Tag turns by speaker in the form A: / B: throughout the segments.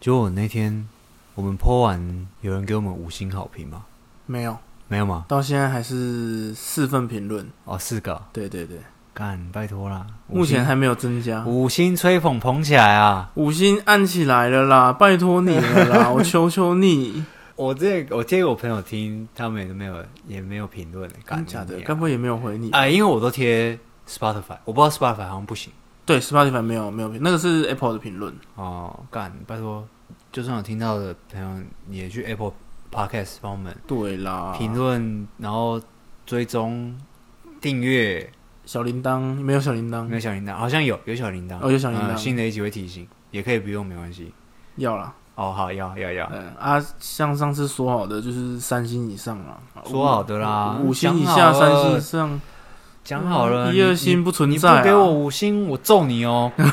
A: 就我那天我们 po 完，有人给我们五星好评吗？
B: 没有，
A: 没有吗？
B: 到现在还是四份评论。
A: 哦，四个哦，
B: 对对对，
A: 干，拜托啦！五
B: 目前
A: 星
B: 还没有增加。
A: 五星吹捧捧起来啊！
B: 五星按起来了啦，拜托你了 啦，我求求你！
A: 我这我建议我朋友听，他们也没有也没有评论，
B: 真
A: 干
B: 的假的？
A: 你娘
B: 该不会也没有回你？
A: 啊，因为我都贴 Spotify，我不知道 Spotify 好像不行
B: 对，Spotify 没有没有评，那个是 Apple 的评论。
A: 哦。干，拜托，就算有听到的朋友，你也去 Apple Podcast 帮我们
B: 对啦，
A: 评论，然后追踪、订阅，
B: 小铃铛没有小铃铛
A: 没，有小铃铛，好像有有小铃铛，
B: 哦有小铃铛
A: 嗯新的一集会提醒，也可以不用没关系。
B: 要啦。
A: 哦，好，要要要，
B: 嗯啊，像上次说好的，就是三星以上啦。
A: 说好的啦，
B: 五星以
A: 讲
B: 下，
A: 好了
B: 三星以上，
A: 讲好了，
B: 一二
A: 你
B: 星不存
A: 你
B: 在、啊。
A: 不给我五星，我揍你哦！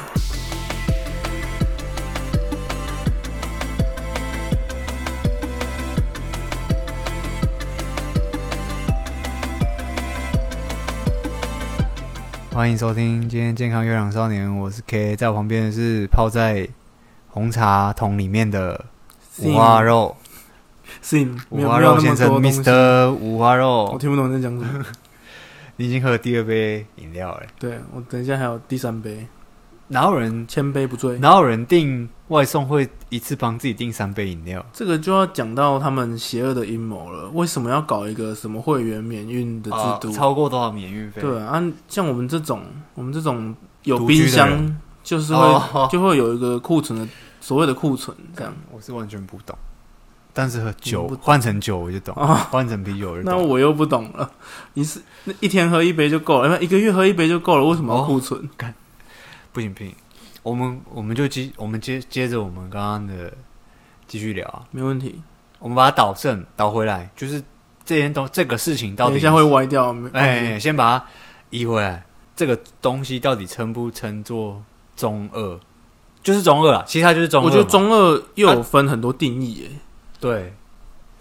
A: 欢迎收听今天健康优良少年，我是 K，在我旁边的是泡在红茶桶里面的五花肉，
B: 信，
A: 五
B: 没有
A: 花
B: 没有
A: 肉
B: 那么
A: 先生
B: 多东西。
A: ，Mr. 五花
B: 我
A: 肉，
B: 听不懂你在讲什么。
A: 你已经喝了第二杯饮料了，
B: 对我等一下还有第三杯，
A: 哪有人
B: 千杯不醉。
A: 哪有人订外送会一次帮自己订三杯饮料？
B: 这个就要讲到他们邪恶的阴谋了。为什么要搞一个什么会员免运的
A: 啊
B: 制度？
A: 超过多少免运费？
B: 对啊，啊像我们这种，我们这种有
A: 独居
B: 冰
A: 的
B: 箱，就是会、
A: 哦
B: 就会有一个库存的所谓的库存这样
A: 干。， 我是完全不懂。但是喝
B: 你
A: 酒
B: 不懂
A: 换成酒我就懂
B: 哦，
A: 换成啤酒我就
B: 那
A: 懂。
B: 我又不懂了，你是那一天喝一杯就够了，那一个月喝一杯就够了，为什么要
A: 哦
B: 库存？
A: 不行不行，我们我们就接我们接接着我们刚刚的继续聊啊，
B: 没问题，
A: 我们把它导正倒回来，就是这件东这个事情到
B: 等
A: 底
B: 一下会歪掉。没
A: 哎哎、哎先把它移回来，这个东西到底称不称作中二？就是中二啊，其实它就是中二嘛。
B: 我觉得中二又
A: 啊
B: 有分很多定义耶。
A: 对，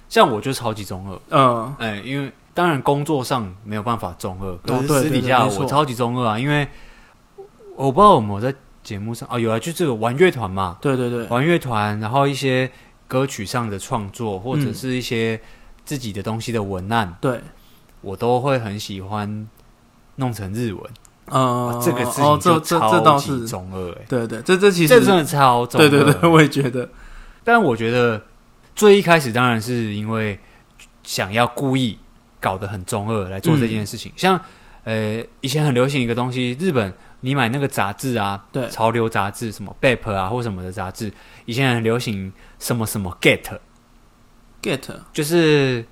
A: 像我就超级中二，
B: 嗯、
A: 哎、因为当然工作上没有办法中二，可是
B: 哦对
A: 私
B: 对
A: 底
B: 对
A: 下
B: 没错
A: 我超级中二啊，因为我不知道我们有在节目上哦，有啊，就这个玩乐团嘛，
B: 对对对，
A: 玩乐团，然后一些歌曲上的创作或者
B: 嗯
A: 是一些自己的东西的文案，
B: 对，
A: 我都会很喜欢弄成日文，
B: 嗯、
A: 啊这个事
B: 哦
A: 情，
B: 这
A: 就
B: 这这倒
A: 超级
B: 是，
A: 中二、哎，
B: 对对，这这其
A: 这
B: 实
A: 真的超中二，
B: 对对对， 我也觉得，
A: 但我觉得最一开始当然是因为想要故意搞得很中二来做这件事情，像呃以前很流行一个东西，日本你买那个杂志啊，
B: 对
A: 潮流杂志什么 Bep 啊或什么的杂志，以前很流行什么什么 Get，
B: get 哦
A: 就是。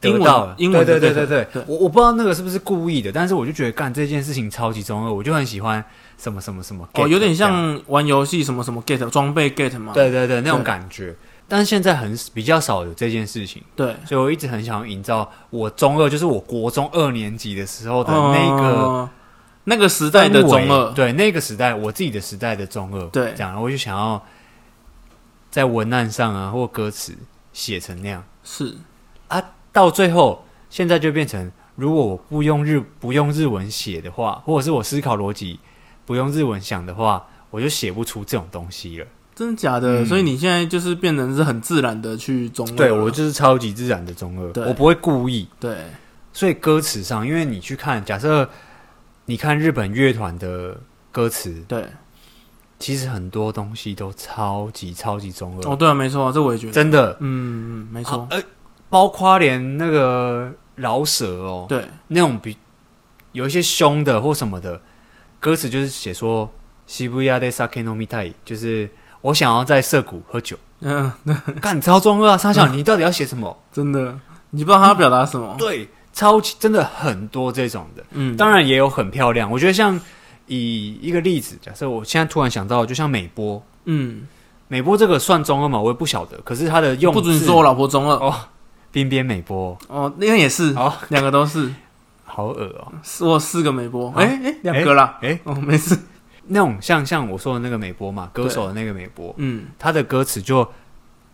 A: 得
B: 英文
A: 到了，
B: 英文
A: 对
B: 的
A: 对
B: get，
A: 对对
B: 对
A: 对，我我不知道那个是不是故意的，但是我就觉得干这件事情超级中二，我就很喜欢什么什么什么 get 这
B: 哦，
A: 样，
B: 有点像玩游戏什么什么 get 装备 get 嘛，
A: 对对对那种
B: 对
A: 感觉，但是现在很比较少有这件事情，
B: 对，
A: 所以我一直很想营造我中二，就是我国中二年级的时候的那个
B: 哦那个时代的
A: 氛围
B: 中二，
A: 对那个时代，我自己的时代的中二，
B: 对
A: 这样我就想要在文案上啊或歌词写成那样，
B: 是
A: 到最后现在就变成，如果我不用日不用日文写的话，或者是我思考逻辑不用日文想的话，我就写不出这种东西了。
B: 真的假的？
A: 嗯
B: 所以你现在就是变成是很自然的去中二，
A: 对我就是超级自然的中
B: 对
A: 二，我不会故意。
B: 对
A: 所以歌词上，因为你去看，假设你看日本乐团的歌词，
B: 对，
A: 其实很多东西都超级超级中二，
B: 哦对啊，没错啊，这我也觉得，
A: 真的，
B: 嗯嗯，没错
A: 啊，呃，包括连那个饶舌哦，
B: 对
A: 那种比有一些凶的或什么的歌词，就是写说西部亚的 sake no m i t a i 就是我想要在涩谷喝酒，
B: 嗯，
A: 干超中二啊！沙小，你到底要写什么？
B: 真的，你不知道他要表达什么，
A: 对，哦超级真的很多这种的。
B: 嗯，
A: 当然也有很漂亮。我觉得像以一个例子，假设我现在突然想到，就像美波，
B: 嗯，
A: 美波这个算中二吗？我也不晓得。可是它的用
B: 不准
A: 字
B: 说我老婆中二，
A: 哦，边边美波，
B: 哦，那个也是，
A: 哦，
B: 两个都是，
A: 好恶哦。
B: 我有四个没播，
A: 啊
B: 哎哎，两个啦，
A: 哎，
B: 哦，没事，
A: 那种像像我说的那个美波嘛，歌手的那个美波，
B: 嗯，
A: 他的歌词就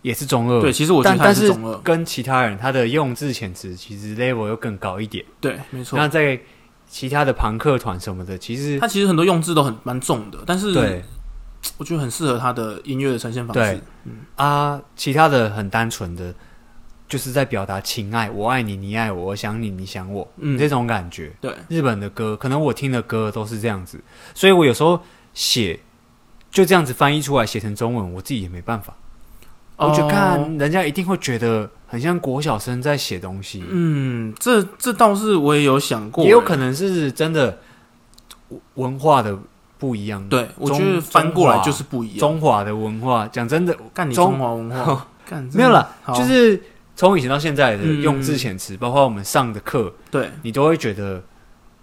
A: 也是中二，
B: 对，，其实我觉
A: 但
B: 得他
A: 但
B: 也是
A: 是
B: 中二，
A: 跟其他人他的用字遣词其实 level 又更高一点。
B: 对，没错
A: 那，在其他的朋克团什么的，其实
B: 他其实很多用字都很蛮重的，但是
A: 对
B: 我觉得很适合他的音乐的呈现方式
A: 对。啊，其他的很单纯的，就是在表达情爱，我爱你，你爱我，我想你，你想我，
B: 嗯
A: 这种感觉。
B: 对，
A: 日本的歌，可能我听的歌都是这样子，所以我有时候写就这样子翻译出来写成中文，我自己也没办法。我就
B: 哦
A: 看人家一定会觉得很像国小生在写东西，
B: 嗯，这这倒是我也有想过欸，
A: 也有可能是真的文化的不一样。，
B: 欸对，我
A: 中
B: 觉得翻过来
A: 中华
B: 就是不一样。
A: 中华的文化，讲真的
B: 干你
A: 中哦
B: 中华文化，干哦真的
A: 没有啦，
B: 好
A: 就是从以前到现在的
B: 嗯
A: 用字遣词，包括我们上的课，
B: 对
A: 你都会觉得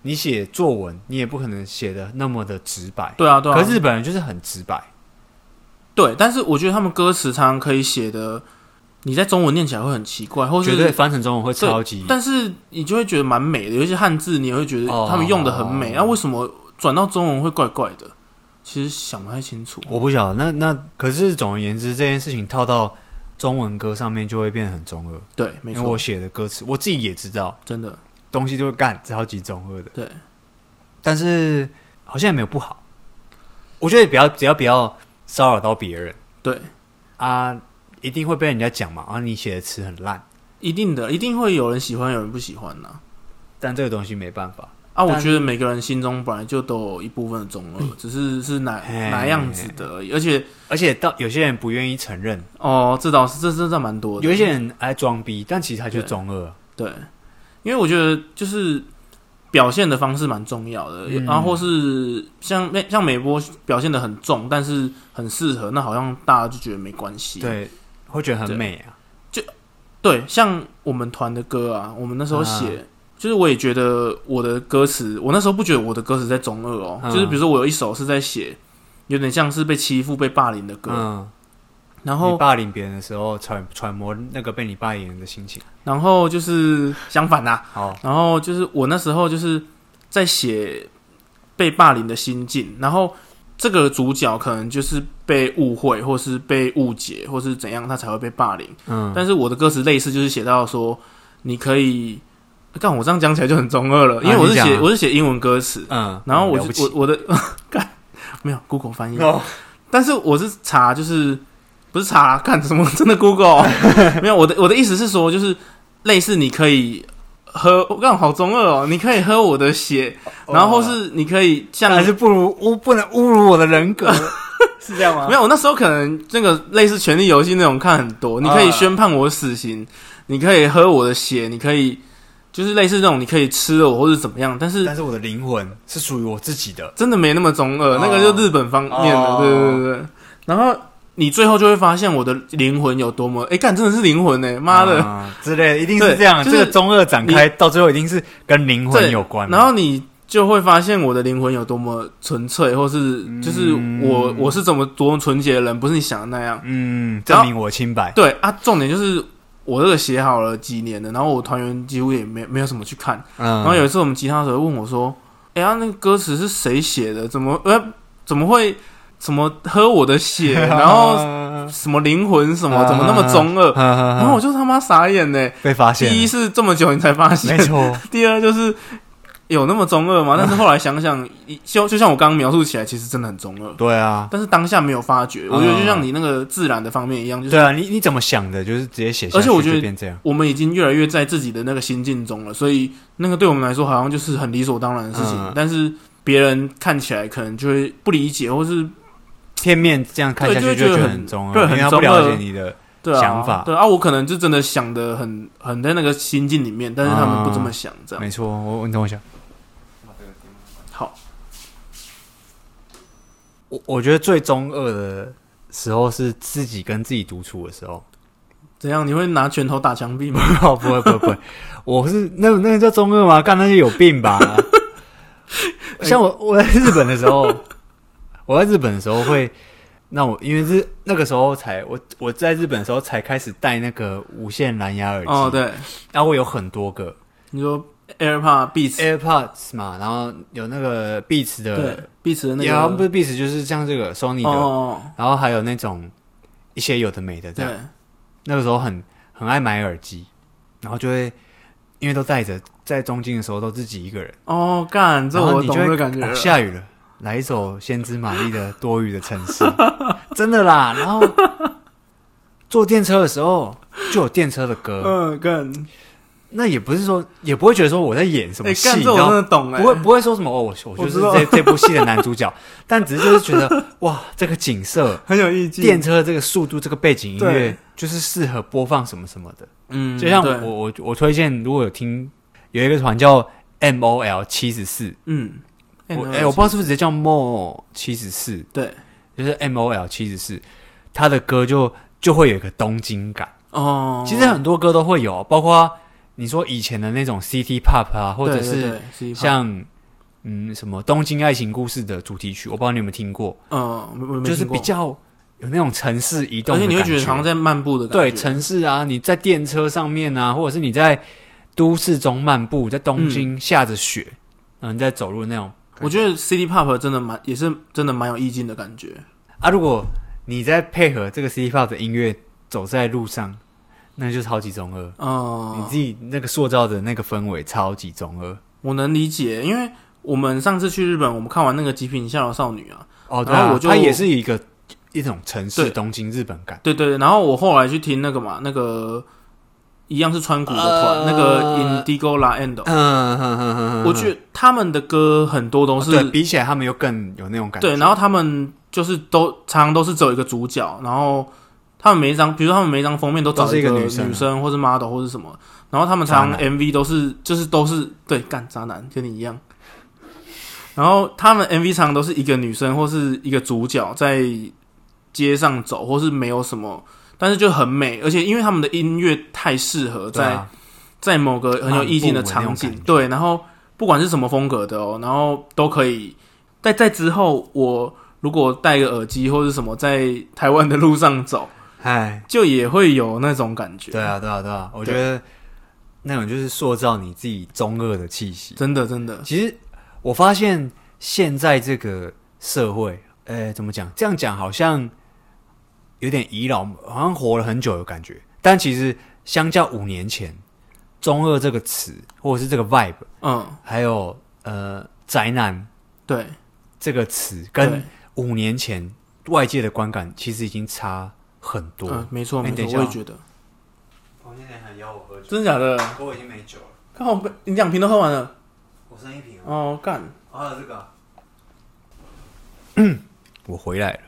A: 你写作文，你也不可能写的那么的直白。
B: 对啊对啊。
A: 可是日本人就是很直白，
B: 对，但是我觉得他们歌词常常可以写的，你在中文念起来会很奇怪，或
A: 绝对
B: 是
A: 翻成中文会超级
B: 但是你就会觉得蛮美的，有一些汉字你也会觉得
A: 哦
B: 他们用的很美，那、为什么转到中文会怪怪的？其实想不太清楚。
A: 我不晓得，那那可是总而言之，这件事情套到中文歌上面就会变得很中二。
B: 对，没
A: 因为我
B: 错，
A: 写的歌词，我自己也知道，
B: 真的
A: 东西就会干超级中二的。
B: 对，
A: 但是好像也没有不好。我觉得不要，只要不要骚扰到别人
B: 对，
A: 啊，一定会被人家讲嘛。啊，你写的词很烂，
B: 一定的，一定会有人喜欢，有人不喜欢呐、
A: 但这个东西没办法。
B: 啊，我
A: 但嗯
B: 觉得每个人心中本来就都有一部分的中二，只是是哪
A: 嘿
B: 哪样子的而已。而且
A: 而且到有些人不愿意承认，
B: 哦，这倒是，这真的蛮多的。
A: 有一些人爱装逼，但其实他就是
B: 对
A: 中二啊。
B: 对，因为我觉得就是表现的方式蛮重要的，
A: 嗯
B: 然后或是像那像美波表现的很重，但是很适合，那好像大家就觉得没关系。
A: 对，会觉得很
B: 对
A: 美啊。
B: 对，像我们团的歌啊，我们那时候写。就是我也觉得我的歌词，我那时候不觉得我的歌词在中二哦、
A: 嗯
B: 就是比如说我有一首是在写，有点像是被欺负、被霸凌的歌，
A: 嗯，
B: 然后
A: 你霸凌别人的时候，揣揣摩那个被你霸凌人的心情。
B: 然后就是相反啦、啊
A: 好，
B: 然后就是我那时候就是在写被霸凌的心境，然后这个主角可能就是被误会，或是被误解，或是怎样，他才会被霸凌。
A: 嗯，
B: 但是我的歌词类似就是写到说，你可以，干我这样讲起来就很中二了，因为
A: 啊
B: 我是
A: 你讲啊
B: 写、我是写英文歌词，
A: 嗯，
B: 然后我
A: 了不
B: 是
A: 起
B: 我我的 干没有 Google 翻译，
A: 哦
B: 但是我是查，就是不是查啦看什么？ 真的 Google 哦 没有？我的我的意思是说，就是类似你可以喝，我刚好中二哦，你可以喝我的血，然后或是你可以像
A: 当哦然是不如污不能侮辱我的人 格，是这样吗
B: 没？有，我那时候可能那个类似权力游戏那种看很多，你可以
A: 啊
B: 宣判我死刑，你可以喝我的血，你可以就是类似那种你可以吃了我或者怎么样，但是
A: 但是我的灵魂是属于我自己的。
B: 真的没那么中二，
A: 哦
B: 那个就日本方面的，
A: 哦
B: 对对对对，然后。你最后就会发现我的灵魂有多么……哎、干，真的是灵魂呢、妈的！
A: 啊之类的，一定
B: 对
A: 是这样。
B: 就
A: 这
B: 是
A: 个中二展开到最后，一定是跟灵
B: 对
A: 魂有关嘛。
B: 然后你就会发现我的灵魂有多么纯粹，或是
A: 嗯
B: 就是我、我是怎么多么纯洁的人，不是你想的那样。
A: 嗯，
B: 然后
A: 证明我清白。
B: 对啊，重点就是我这个写好了几年的，然后我团员几乎也没没有什么去看。
A: 嗯，
B: 然后有一次我们吉他手问我说：“哎、呀、那个歌词是谁写的？怎么呃怎么会怎么喝我 的血？然后
A: 后
B: 什么灵魂什
A: 啊
B: 么怎么那么中二？”然后我就他妈傻眼呢、
A: 被发啊现了，
B: 第一是这么久你才发现，
A: 没错， 啊
B: 第二就是有那么中二吗？但是后来想想，一就就像我刚刚描述起来，其实真的很中二，
A: 对啊，
B: 但是当下没有发觉。
A: 嗯
B: 我觉得就像你那个自然的方面一样，就是
A: 对啊，你你怎么想的？就是直接写下去，
B: 而且我觉得
A: 就变这样。
B: 我们已经越来越在自己的那个心境中了，所以那个对我们来说好像就是很理所当然的事情
A: 嗯，
B: 但是别人看起来可能就会不理解，或是
A: 片面这样看下去，
B: 对就
A: 就
B: 会觉得
A: 觉得
B: 很
A: 很中
B: 对
A: 二，
B: 很
A: 因为他不
B: 中二
A: 了解你的。
B: 对啊，
A: 想法
B: 对啊，我可能就真的想的很很在那个心境里面，但是他们不
A: 啊
B: 这么想，这样
A: 没错，我你等我一下。
B: 好，
A: 我我觉得最中二的时候是自己跟自己独处的时候。
B: 怎样？你会拿拳头打墙 壁吗？
A: 哦，不会不会不会，我是那那个叫中二吗？干那就有病 吧。像我我在日本的时候， 我在日本的时候会，那我因为是那个时候才我我在日本的时候才开始戴那个无线蓝牙耳机，
B: 哦，，对，
A: 然后我有很多个
B: 你说 AirPod
A: 哎
B: Beats
A: AirPods 嘛，然后有那个 Beats
B: 对
A: 的，
B: ，Beats 的那
A: 也好像不
B: 个
A: 是 Beats，就是像这个 Sony 的，
B: 哦，
A: 然后还有那种一些有的没的这
B: 对
A: 样。，那个时候很很爱买耳机，然后就会因为都带着，在东京的时候都自己一个人，
B: 哦，干，这
A: 然后
B: 我
A: 你就
B: 懂
A: 会
B: 这感觉
A: 哦
B: 了。
A: 下雨了，来一首先知玛丽的《多雨的城市》，真的啦。然后坐电车的时候就有电车的歌，
B: 嗯，干，
A: 那也不是说也不会觉得说我在演什么
B: 哎，
A: 戏，
B: 干
A: 你
B: 这
A: 知
B: 我
A: 道
B: 真
A: 吗
B: 的懂哎，
A: 不会不会说什么哦，我我就
B: 我
A: 是
B: 知道
A: 这这部戏的男主角，但只是就是觉 得哇，这个景色、
B: 很有意境。
A: 电车这个速度、这个背景音乐
B: 对，
A: 就是适合播放什么什么的。
B: 嗯，
A: 就像
B: 对
A: 我我我推荐，如果有听有一个团叫 M O L 七十四，
B: 嗯，
A: 我
B: 哎
A: 哎、我不知道是不是直接叫 Mo 七十四，
B: 对
A: 就是 M O L 七十四，他的歌就就会有一个东京感。
B: 哦，
A: 其实很多歌都会有，包括你说以前的那种 City Pop 啊，或者
B: 对对
A: 是
B: 对是一趴
A: 像嗯什么《东京爱情故事》的主题曲，我不知道你有没有听过，
B: 嗯，没没没
A: 就是
B: 听过
A: 比较有那种城市移动
B: 而
A: 的
B: 且
A: 感
B: 你会觉得好像在漫步的感
A: 对
B: 觉，
A: 城市啊，你在电车上面啊，或者是你在都市中漫步，在东京下着雪，嗯，你在走路那种
B: 我觉得 City Pop 真的蛮也是真的蛮有意境的感觉。
A: 啊。如果你在配合这个 City Pop 的音乐走在路上，那就超级中二。你
B: 哦，
A: 自己那个塑造的那个氛围超级中二
B: 我能理解，因为我们上次去日本，我们看完那个《极品下流少女》啊，
A: 哦，对
B: 然后
A: 啊
B: 我，就
A: 它也是一个一种城市
B: 对
A: 东京日本感。
B: 对对，对然后我后来去听那个嘛，那个一样是川谷的团，
A: 呃
B: 那个 Indigo La End，、
A: 嗯哼哼哼哦
B: 我觉得他们的歌很多都是、
A: 对比起来，他们又更有那种感觉。
B: 对，然后他们就是都常常都是只有一个主角，然后他们每一张，比如说他们每一张封面都找
A: 都是一
B: 个
A: 个
B: 女
A: 女生啊
B: 生或是 model 或是什么，然后他们常常
A: 渣
B: MV 都是就是都是对干渣男，跟你一样。然后他们 MV 常常都是一个女生或是一个主角在街上走，或是没有什么，但是就很美，而且因为他们的音乐太适合
A: 对
B: 在、
A: 啊
B: 在某个很有意境的
A: 漫步的那种
B: 场景
A: 感，觉
B: 对，然后不管是什么风格的哦，然后都可以。在在之后，我如果戴个耳机或者什么，在台湾的路上走，
A: 哎，
B: 就也会有那种感觉。
A: 对，啊，对啊，对啊，我觉得那种就是塑造你自己中二的气息。
B: 真的真的，
A: 其实我发现现在这个社会，呃，怎么讲？这样讲好像有点倚老，好像活了很久的感觉。但其实相较五年前，“中二”这个词，或者是这个 vibe，
B: 嗯，
A: 还有呃“宅男
B: 对，”
A: 这个词，
B: 对
A: 跟五年前外界的观感其实已经差很多。
B: 嗯，没错
A: 哎
B: 没错
A: 等一，下
B: 我也
A: 哦
B: 觉得，
A: 旁边人还邀我喝酒，
B: 真的假的？
A: 可我已经没酒了，
B: 刚好被你两瓶都喝完了，
A: 我剩一瓶
B: 哦，干，
A: 还有这个、 我回来了。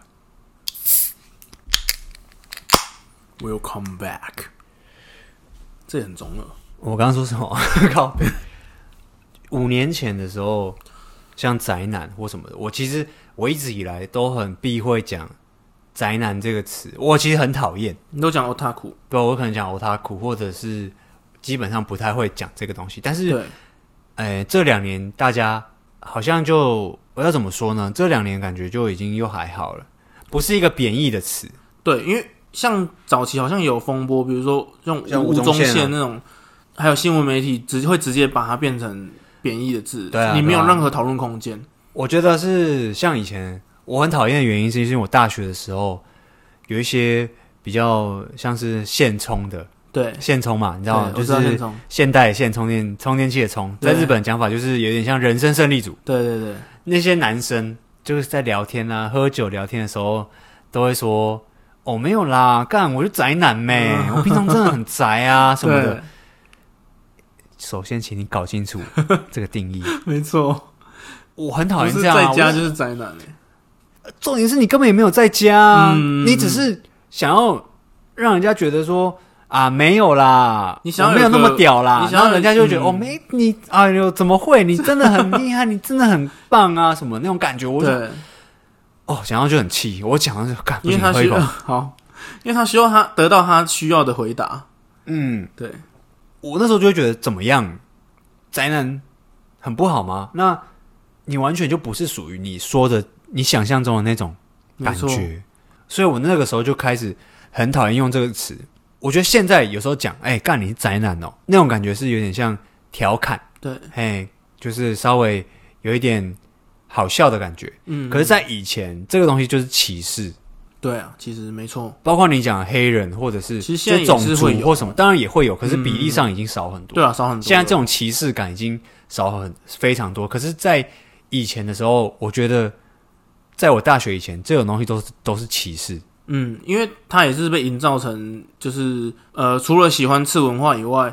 B: Welcome back，这也很中二。
A: 我刚刚说什么？ 靠！五年前的时候，像宅男或什么的，我其实我一直以来都很避讳讲“宅男”这个词，我其实很讨厌。
B: 你都讲 otaku，
A: 对，我可能讲 otaku，或者是基本上不太会讲这个东西。但是，
B: 对，
A: 呃，这两年大家好像就我要怎么说呢？这两年感觉就已经又还好了，不是一个贬义的词。
B: 对，因为像早期好像有风波，比如说像
A: 像
B: 吴
A: 吴
B: 宗
A: 宗宪啊
B: 宪那种，还有新闻媒体直会直接把它变成贬义的字，
A: 对啊
B: 你没有
A: 对啊
B: 任何讨论空间。
A: 我觉得是像以前我很讨厌的原因，是因为我大学的时候有一些比较像是现充的
B: 对，
A: 现充嘛，你知道吗？
B: 对
A: 就
B: 我知道那
A: 是
B: 种，
A: 现代现充电充电器的充，
B: 对
A: 在日本讲法就是有点像人生胜利组。
B: 对对对，
A: 那些男生就是在聊天啊、喝酒聊天的时候，都会说：“哦，没有啦，干我就宅男妹，我平常真的很宅啊什么的。
B: 嗯 对，”
A: 首先，请你搞清楚这个定 义。
B: 没错，
A: 我很讨
B: 不
A: 厌
B: 是
A: 这样、啊，
B: 在家
A: 我
B: 就是宅男欸
A: 重点是你根本也没有在家、啊，
B: 嗯
A: 你只是想要让人家觉得说啊没有啦，
B: 你想要
A: 我没
B: 有
A: 有
B: 个
A: 那么屌啦，
B: 你想要
A: 然后人家就会觉得、
B: 嗯
A: 哦没你哎呦怎么会？你真的很厉害，你真的很棒啊什么那种感觉，我就
B: 对，
A: 哦想要就很气，我讲到就干，不
B: 因为
A: 行
B: 他
A: 喝一
B: 需
A: 口
B: 要， 好，因为他需要他得到他需要的回答。
A: 嗯，
B: 对，
A: 我那时候就会觉得怎么样，宅男很不好吗？那你完全就不是属于你说的你想象中的那种
B: 没
A: 感
B: 错，
A: 觉，所以我那个时候就开始很讨厌用这个词。我觉得现在有时候讲，哎、干你是宅男哦，那种感觉是有点像调侃，
B: 对，
A: 嘿，就是稍微有一点好笑的感觉。
B: 嗯，
A: 可是，在以前，这个东西就是歧视，
B: 对啊，其实没错，
A: 包括你讲黑人或者是
B: 其实现在
A: 就种
B: 也是
A: 族
B: 会有
A: 或什么，当然也会有，可是比
B: 嗯
A: 例上已经少很多。
B: 对啊，少很多了。
A: 现在这种歧视感已经少很非常多。可是，在以前的时候，我觉得在我大学以前，这种东西都是都是歧视。
B: 嗯，因为它也是被营造成，就是呃，除了喜欢次文化以外，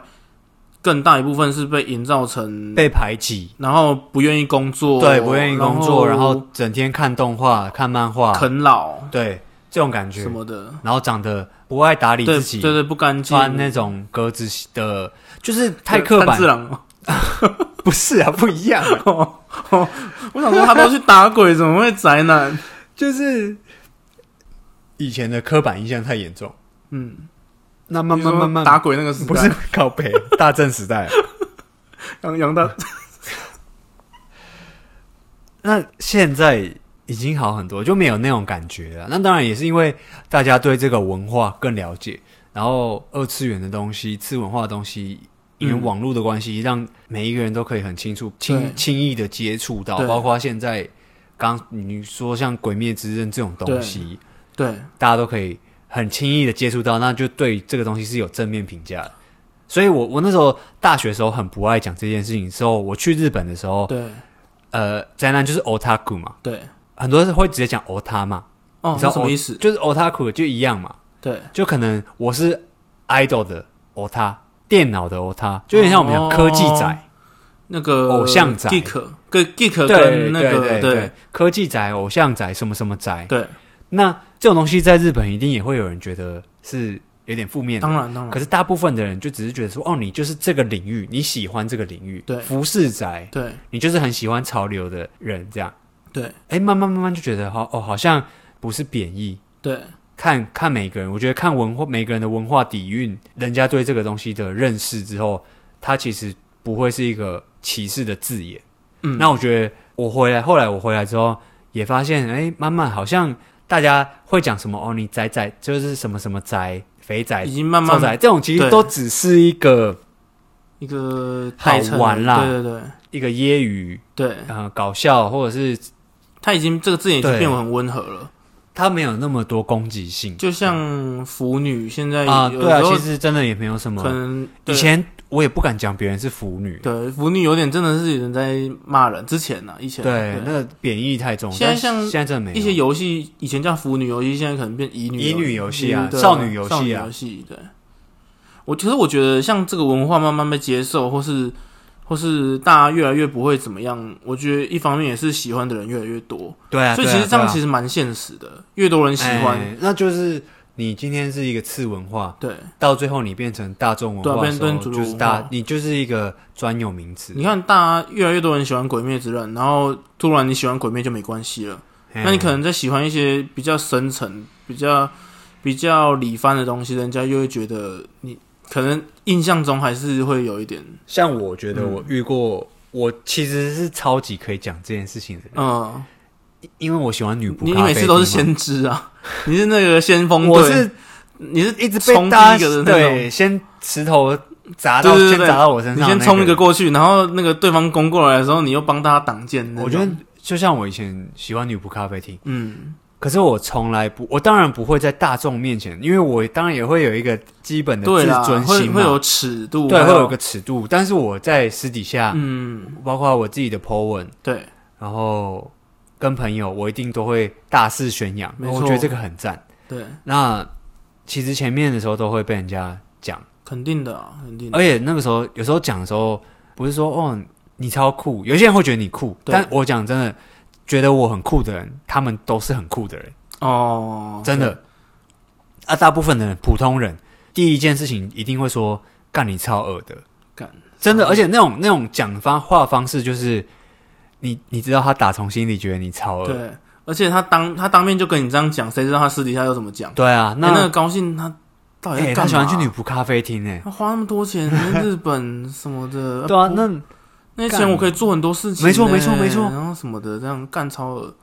B: 更大一部分是被营造成，
A: 被排挤，
B: 然后不愿意工作，
A: 对，不愿意工作，然
B: 哦然
A: 后啊整天看动画、看漫画，
B: 啃老
A: 对这种感觉
B: 什，么的，
A: 然后长得不爱打理
B: 对
A: 自己
B: 对，对，不干净，
A: 穿那种格子的，就是太刻
B: 炭
A: 板
B: 治，郎。
A: 不是啊，不一样啊，
B: 我想说，他都去打鬼，怎么会宅男？
A: 就是以前的刻板印象太严重。
B: 嗯，
A: 那 慢慢
B: 你说
A: 慢慢嗯
B: 打鬼那个时代，
A: 不是靠 北大正时代，
B: 杨杨 大，
A: 那现在已经好很多，就没有那种感觉了。那当然也是因为大家对这个文化更了解，然后二次元的东西、次文化的东西，因为
B: 嗯
A: 网络的关系，让每一个人都可以很清楚、轻
B: 对
A: 轻易的接触到，
B: 对
A: 包括现在刚你说像《鬼灭之刃》这种东西，
B: 对，
A: 大家都可以很轻易的接触到，那就对这个东西是有正面评价的。所以我，我那时候大学的时候很不爱讲这件事情。之后我去日本的时候，
B: 对，
A: 呃，宅男就是 otaku 嘛，
B: 对，
A: 很多人会直接讲 ota 嘛，
B: 哦
A: 你，知道
B: 那什么意思？
A: 就是 otaku 就一样嘛，
B: 对，
A: 就可能我是 idol 的 ota，电脑的 ota，就有点像我们讲科技
B: 哦
A: 宅、
B: 那个
A: 偶像宅
B: ，geek，跟 geek
A: 对
B: 哦跟那个
A: 对对，科技宅、偶像宅、什么什么宅，
B: 对，
A: 那这种东西在日本一定也会有人觉得是有点负面的。
B: 当然当然，
A: 可是大部分的人就只是觉得说，哦，你就是这个领域，你喜欢这个领域，
B: 对
A: 服饰宅，
B: 对
A: 你就是很喜欢潮流的人，这样，
B: 对
A: 哎，慢慢慢慢就觉得，好，哦，好像不是贬义，
B: 对
A: 看看每个人，我觉得看文化每个人的文化底蕴，人家对这个东西的认识之后，它其实不会是一个歧视的字眼。
B: 嗯
A: 那我觉得我回来，后来我回来之后也发现，哎，慢慢好像大家会讲什么哦，你宅宅就是什么什么宅、肥宅
B: 已、经慢
A: 臭
B: 慢
A: 宅这种，其实
B: 对
A: 都只是一个
B: 一个
A: 好
B: 代称
A: 玩啦
B: 对对
A: 一个揶揄，
B: 对对，
A: 呃，搞笑或者是
B: 他已经这个字眼已
A: 对
B: 经变得很温和了，
A: 它没有那么多攻击性
B: 就像腐女现在
A: 啊、
B: 有
A: 对啊，
B: 时
A: 其
B: 候
A: 实真的也没有什
B: 可
A: 么。
B: 能
A: 以
B: 对
A: 前我也不敢讲别人是腐女，
B: 对腐女有点真的是有人在骂人，之前啊呢，以前
A: 对，那个贬义太重。
B: 现在
A: 但
B: 像
A: 现在真的没有
B: 一些游戏以前叫腐女游戏，现在可能变乙女
A: 乙女游戏啊
B: 对
A: 少女游戏啊
B: 少女游戏对。我其实我觉得像这个文化慢慢被接受，或是或是大家越来越不会怎么样，我觉得一方面也是喜欢的人越来越多，
A: 对啊，
B: 所以
A: 对啊
B: 其实这样
A: 对啊
B: 其实蛮现实的，越多人喜欢，
A: 哎那就是你今天是一个次文化，
B: 对。
A: 到最后你变成大众文
B: 对啊
A: 化的
B: 变
A: 时候，
B: 变主流
A: 就是
B: 文
A: 大
B: 化
A: 你就是一个专有名词。
B: 你看，大家越来越多人喜欢《鬼灭之刃》，然后突然你喜欢《鬼灭》就没关系了。
A: 哎
B: 那你可能在喜欢一些比较深层、比较比较理翻的东西，人家又会觉得你可能印象中还是会有一点，
A: 像我觉得我遇过，我其实是超级可以讲这件事情的人，
B: 嗯，
A: 因为我喜欢女仆
B: 你你
A: 咖啡
B: 每次都是
A: 厅嘛
B: 先知啊， 你是那个先锋队，
A: 我是
B: 你是
A: 一直
B: 冲
A: 被
B: 第
A: 大
B: 一
A: 家
B: 个的那种。
A: 对先石头砸到，
B: 对对对
A: 先砸到我身
B: 你
A: 上，
B: 先冲一个。过去，然后那个对方攻过来的时候，你又帮大家挡箭那种。
A: 我觉得就像我以前喜欢女仆咖啡厅。
B: 嗯，
A: 可是我从来不，我当然不会在大众面前，因为我当然也会有一个基本的
B: 对
A: 自
B: 啦，
A: 尊
B: 会
A: 心
B: 会有
A: 嘛，
B: 尺度，啊
A: 对，
B: 还
A: 会有个尺度。但是我在私底下，
B: 嗯，
A: 包括我自己的 po 文，
B: 对，
A: 然后跟朋友，我一定都会大肆宣扬，
B: 没错
A: 我觉得这个很赞。
B: 对，
A: 那其实前面的时候都会被人家讲，
B: 肯定的啊，肯定的。
A: 而且那个时候有时候讲的时候，不是说哦你超酷，有些人会觉得你酷，
B: 对
A: 但我讲真的，觉得我很酷的人，他们都是很酷的人。
B: 哦，
A: 真的。啊，大部分的人普通人，第一件事情一定会说“干你超恶的”，
B: 干嗯
A: 真的，
B: 超恶
A: 而且那种那种讲方话方式，就是你你知道他打从心里觉得你超恶，
B: 对，而且他当他当面就跟你这样讲，谁知道他私底下又怎么讲？
A: 对啊，
B: 哎那、
A: 那
B: 那个高兴他到底
A: 哎
B: 在干嘛、啊
A: 他喜欢去女，仆咖啡厅诶，
B: 他花那么多 钱在日本什么的，
A: 对啊，
B: 呃不
A: 那
B: 那些钱我可以做很多事情、
A: 没错
B: 欸
A: 没错没错
B: 然后什么的这样干超额，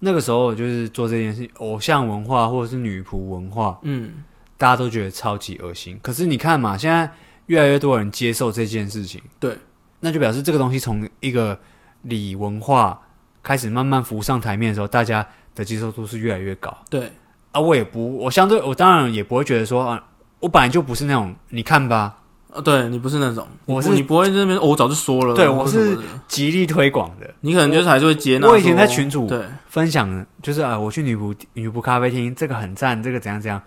A: 那个时候就是做这件事，偶像文化或者是女仆文化，
B: 嗯，
A: 大家都觉得超级恶心。可是你看嘛，现在越来越多人接受这件事情，
B: 对，
A: 那就表示这个东西从一个礼文化开始慢慢浮上台面的时候，大家的接受度是越来越高
B: 对
A: 啊。我也不，我相对我当然也不会觉得说啊，我本来就不是那种，你看吧，
B: 呃对你不是那种，
A: 我是
B: 你不你不会在那边、哦我早就说了，
A: 对
B: 或
A: 我
B: 什么
A: 是
B: 的
A: 极力推广的，
B: 你可能就是还是会接纳说。
A: 我以前在群组
B: 对，
A: 分享就是啊、我去女仆女仆咖啡厅，这个很赞，这个怎样怎样，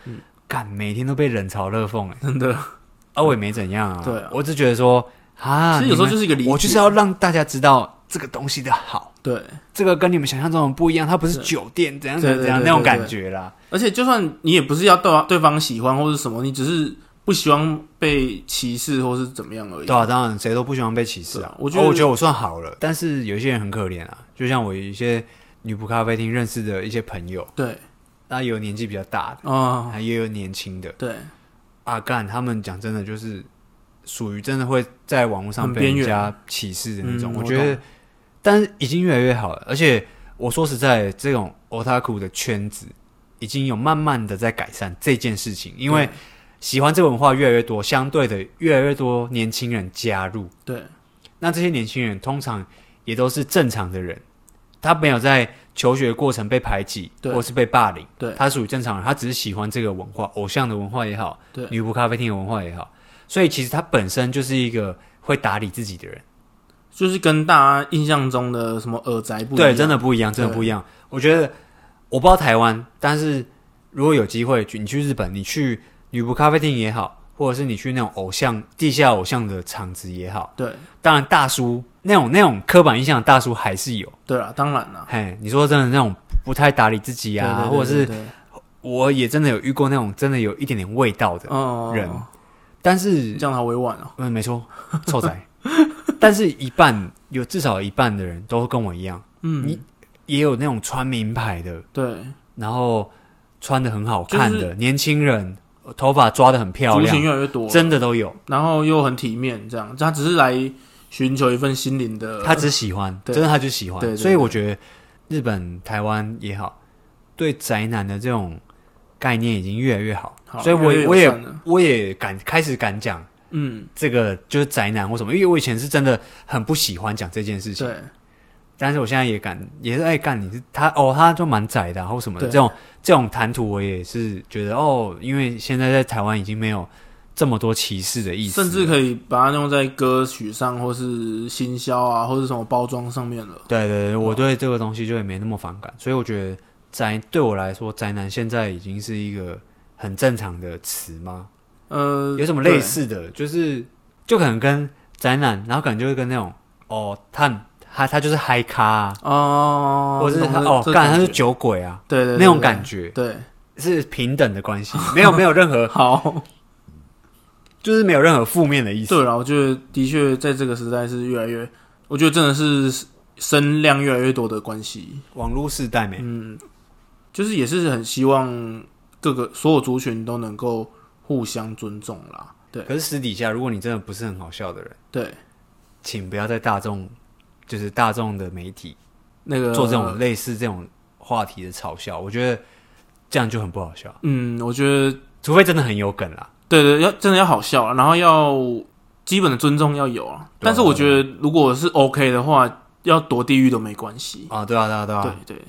A: 干、每天都被冷嘲热讽哎，
B: 嗯真的，
A: 啊，我也没怎样啊，
B: 对啊
A: 我只觉得说啊，
B: 其实有时候就是一个
A: 你
B: 理
A: 们
B: 解，
A: 我就是要让大家知道这个东西的好，
B: 对，
A: 这个跟你们想象中的不一样，它不是酒店怎样怎样
B: 对对
A: 怎样
B: 对
A: 那种
B: 对
A: 感
B: 对
A: 觉啦，
B: 而且就算你也不是要对对方喜欢或是什么，你只是不希望被歧视或是怎么样而已。
A: 对啊，当然谁都不喜欢被歧视
B: 对
A: 啊
B: 啊，我
A: 哦
B: 觉得
A: 我觉得我算好了，但是有一些人很可怜啊，就像我一些女仆咖啡厅认识的一些朋友，
B: 对，
A: 那也有年纪比较大的，
B: 啊、
A: 还也有年轻的，
B: 对，
A: 啊干，他们讲真的就是属于真的会在网络上
B: 很
A: 被人
B: 边缘
A: 家歧视的那种。
B: 嗯
A: 我
B: 我
A: 觉得，但是已经越来越好了。而且我说实在，这种 otaku 的圈子已经有慢慢的在改善这件事情，因为喜欢这个文化越来越多，相对的越来越多年轻人加入。
B: 对，
A: 那这些年轻人通常也都是正常的人，他没有在求学过程被排挤
B: 对
A: 或是被霸凌，
B: 对
A: 他属于正常人，他只是喜欢这个文化，偶像的文化也好，
B: 对
A: 女仆咖啡厅的文化也好，所以其实他本身就是一个会打理自己的人，
B: 就是跟大家印象中的什么耳宅不一样。
A: 对，真的不一样，真的
B: 对
A: 不一样。我觉得我不知道台湾，但是如果有机会去，你去日本，你去女仆咖啡厅也好，或者是你去那种偶像地下偶像的场子也好，
B: 对，
A: 当然大叔那种那种刻板印象的大叔还是有。
B: 对啊，当然啦。
A: 嘿，你说真的那种不太打理自己啊，
B: 对对对
A: 或者是
B: 对对
A: 我也真的有遇过那种真的有一点点味道的，
B: 哦，
A: 人但是
B: 这样好委婉哦。
A: 嗯，没 错，臭仔，但是一半有至少一半的人都跟我一样，
B: 嗯，
A: 你也有那种穿名牌的，
B: 对，
A: 然后穿的很好看的、
B: 就是
A: 年轻人，头发抓的很漂
B: 族群
A: 亮，
B: 越来越多，
A: 真的都有，
B: 然后又很体面，这样，他只是来寻求一份心灵的，
A: 他只喜欢，
B: 呃对
A: 真的他就喜欢，
B: 对对
A: 所以
B: 对
A: 我觉得日本、台湾也好，对宅男的这种概念已经越来越好，
B: 好
A: 所以
B: 越来越
A: 我我
B: 友
A: 也
B: 善了
A: 我也敢开始敢讲
B: 嗯，
A: 这个就是宅男或什么，因为我以前是真的很不喜欢讲这件事情，
B: 对，
A: 但是我现在也敢也是爱干你是他哦，他就蛮宅的、啊、或什么的
B: 对
A: 这种这种谈吐，我也是觉得哦，因为现在在台湾已经没有这么多歧视的意思了，
B: 甚至可以把它用在歌曲上，或是行销啊，或是什么包装上面了。
A: 对对对，
B: 哦
A: 我对这个东西就也没那么反感，所以我觉得宅对我来说，宅男现在已经是一个很正常的词吗？
B: 呃，
A: 有什么类似的？就是就可能跟宅男，然后可能就会跟那种哦，他他他就是嗨咖、啊，
B: 对？哦，
A: 或者是
B: 懂
A: 他
B: 这
A: 哦
B: 这
A: 干
B: 感
A: 他是
B: 觉
A: 酒鬼啊，
B: 对对
A: 那种感觉
B: 对，
A: 是平等的关系， 没有没有任何
B: 好，
A: 就是没有任何负面的意思。
B: 对了，我觉得的确在这个时代是越来越，我觉得真的是声量越来越多的关系。
A: 网络世代没，
B: 嗯，就是也是很希望各个所有族群都能够互相尊重啦。对
A: 可是私底下如果你真的不是很好笑的人，
B: 对，
A: 请不要在大众就是大众的媒体
B: 那个
A: 做这种类似这种话题的嘲笑，我觉得这样就很不好笑，
B: 嗯，我觉得
A: 除非真的很有梗啦。
B: 对对，要真的要好笑啊，然后要基本的尊重要有啊。
A: 对啊
B: 但是我觉得如果是 OK 的话，要多地狱都没关系。
A: 啊，对啊，对啊，对啊。
B: 对对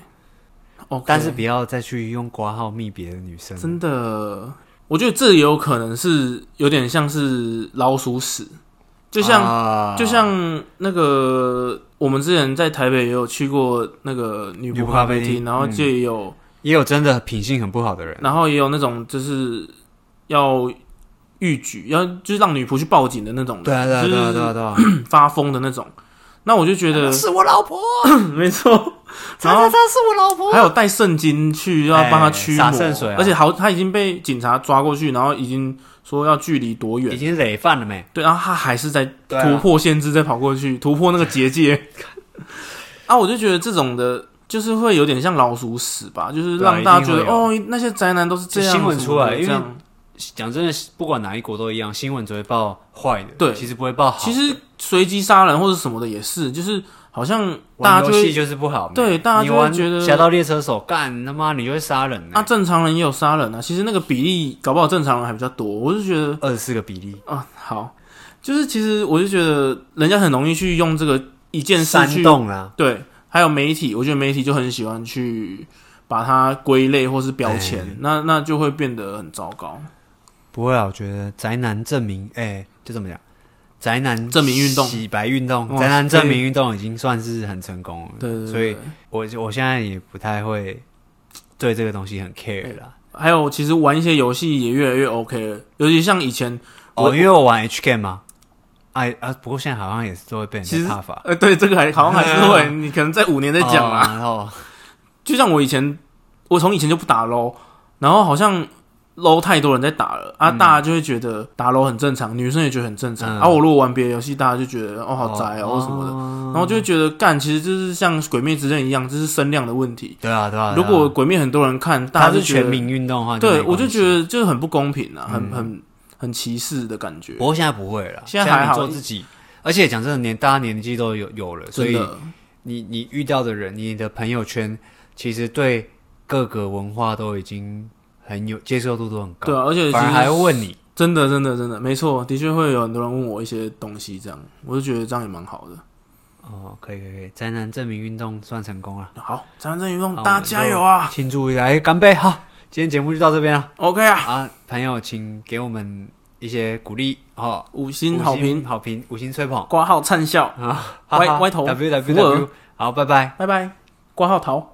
B: ，OK。
A: 但是不要再去用挂号密别的女生，
B: 真的，嗯我觉得这也有可能是有点像是老鼠屎，就像、
A: 啊
B: 就像那个我们之前在台北也有去过那个女
A: 女仆
B: 仆
A: 咖
B: 咖
A: 啡
B: 啡
A: 厅嗯
B: 厅，然后就也有，
A: 也有真的品性很不好的人，
B: 然后也有那种就是要预举，要就是让女仆去报警的那种
A: 对啊，对啊，对啊，对啊，
B: 就
A: 对 啊，
B: 是发疯的那种。那我就觉 得
A: 是我老婆，
B: 没错，
A: 叉
B: 然
A: 叉
B: 后
A: 叉是我老婆，
B: 还有带圣经去要帮他驱魔，
A: 哎洒圣水啊
B: 而且好，他已经被警察抓过去，然后已经说要距离多
A: 已
B: 远，
A: 经累犯了没？
B: 对，然后他还是在
A: 对啊
B: 突破限制，再跑 过去突破那个结界。啊，我就觉得这种的，就是会有点像老鼠屎吧，就是
A: 对啊
B: 让大家觉
A: 一
B: 得
A: 定会
B: 哦，那些宅男都是这样。
A: 新闻出来
B: 什么
A: 因
B: 的
A: 为
B: 这样
A: 讲真的，不管哪一国都一样，新闻只会报坏的，
B: 对
A: 其实不会报好。
B: 其实随机杀人或者什么的也是，就是好像大
A: 玩
B: 家
A: 游
B: 就
A: 戏
B: 会啊
A: 就是不好，
B: 对
A: 没
B: 大家
A: 你
B: 就会
A: 玩
B: 觉得
A: 侠盗猎车手干他妈你就会杀人
B: 啊，
A: 呢，
B: 正常人也有杀人啊，其实那个比例搞不好正常人还比较多。我就觉得
A: 二十四个比例，
B: 啊，好，就是其实我就觉得人家很容易去用这个一件事
A: 煽
B: 去
A: 动啊啦，
B: 对，还有媒体，我觉得媒体就很喜欢去把它归类或是标签，那那就会变得很糟糕。
A: 不会啊，我觉得宅男证明，哎、就怎么讲？宅男
B: 证明运动
A: 洗白运动，
B: 哇
A: 宅男证明运动已经算是很成功了。
B: 对对对
A: 所以我我现在也不太会对这个东西很 care 啦。
B: 还有其实玩一些游戏也越来越 OK 了，尤其像以前，我
A: 哦，因为我玩 H game 嘛，哎啊，不过现在好像也是都会被
B: 其
A: 人
B: 实
A: 家踏伐。
B: 呃，对这个还好像还是
A: 哎
B: 会，
A: 呀
B: 你可能在五年再讲啊
A: 哦
B: 啦。
A: 然后
B: 就像我以前，我从以前就不打 LO，然后好像 LO 太多人在打了啊，大家就会觉得打 LO 很正常，女生也觉得很正常、
A: 嗯
B: 啊。我如果玩别的游戏，大家就觉得哦好宅哦或什么的，
A: 的
B: 然后就会觉得干，其实就是像《鬼灭之刃》一样，这是声量的问题。
A: 对啊对啊。对啊
B: 如果《鬼灭》很多人看，大
A: 它
B: 家就是觉
A: 全
B: 得
A: 民运动的话，
B: 对
A: 没
B: 我就
A: 关系嗯
B: 觉。得就是很不公平啊，很很很歧视的感觉
A: 不。过现在不会了，
B: 现在还好
A: 你做自己。而且讲真的，年大家年纪都有有了，所
B: 真
A: 以
B: 的，
A: 你你遇到的人，你的朋友圈，其实对各个文化都已经很有接受度都很高，
B: 对啊，而且其
A: 反而还
B: 实
A: 会问你，
B: 真的真的真的没错，的确会有很多人问我一些东西，这样我就觉得这样也蛮好的。
A: 哦，可以可以可以，宅男证明运动算成功了，
B: 好，咱这运动
A: 好
B: 大家加油啊
A: 庆祝一下，哎，干杯哈！今天节目就到这边了
B: ！OK 啊，
A: 啊，朋友，请给我们一些鼓励哦，
B: 五星好
A: 五星
B: 评，
A: 好评，五星吹捧
B: 挂号灿笑，
A: 啊，
B: 歪歪头嗯
A: w w
B: 福
A: w，
B: 尔
A: 好，拜拜。
B: 拜拜，挂号桃。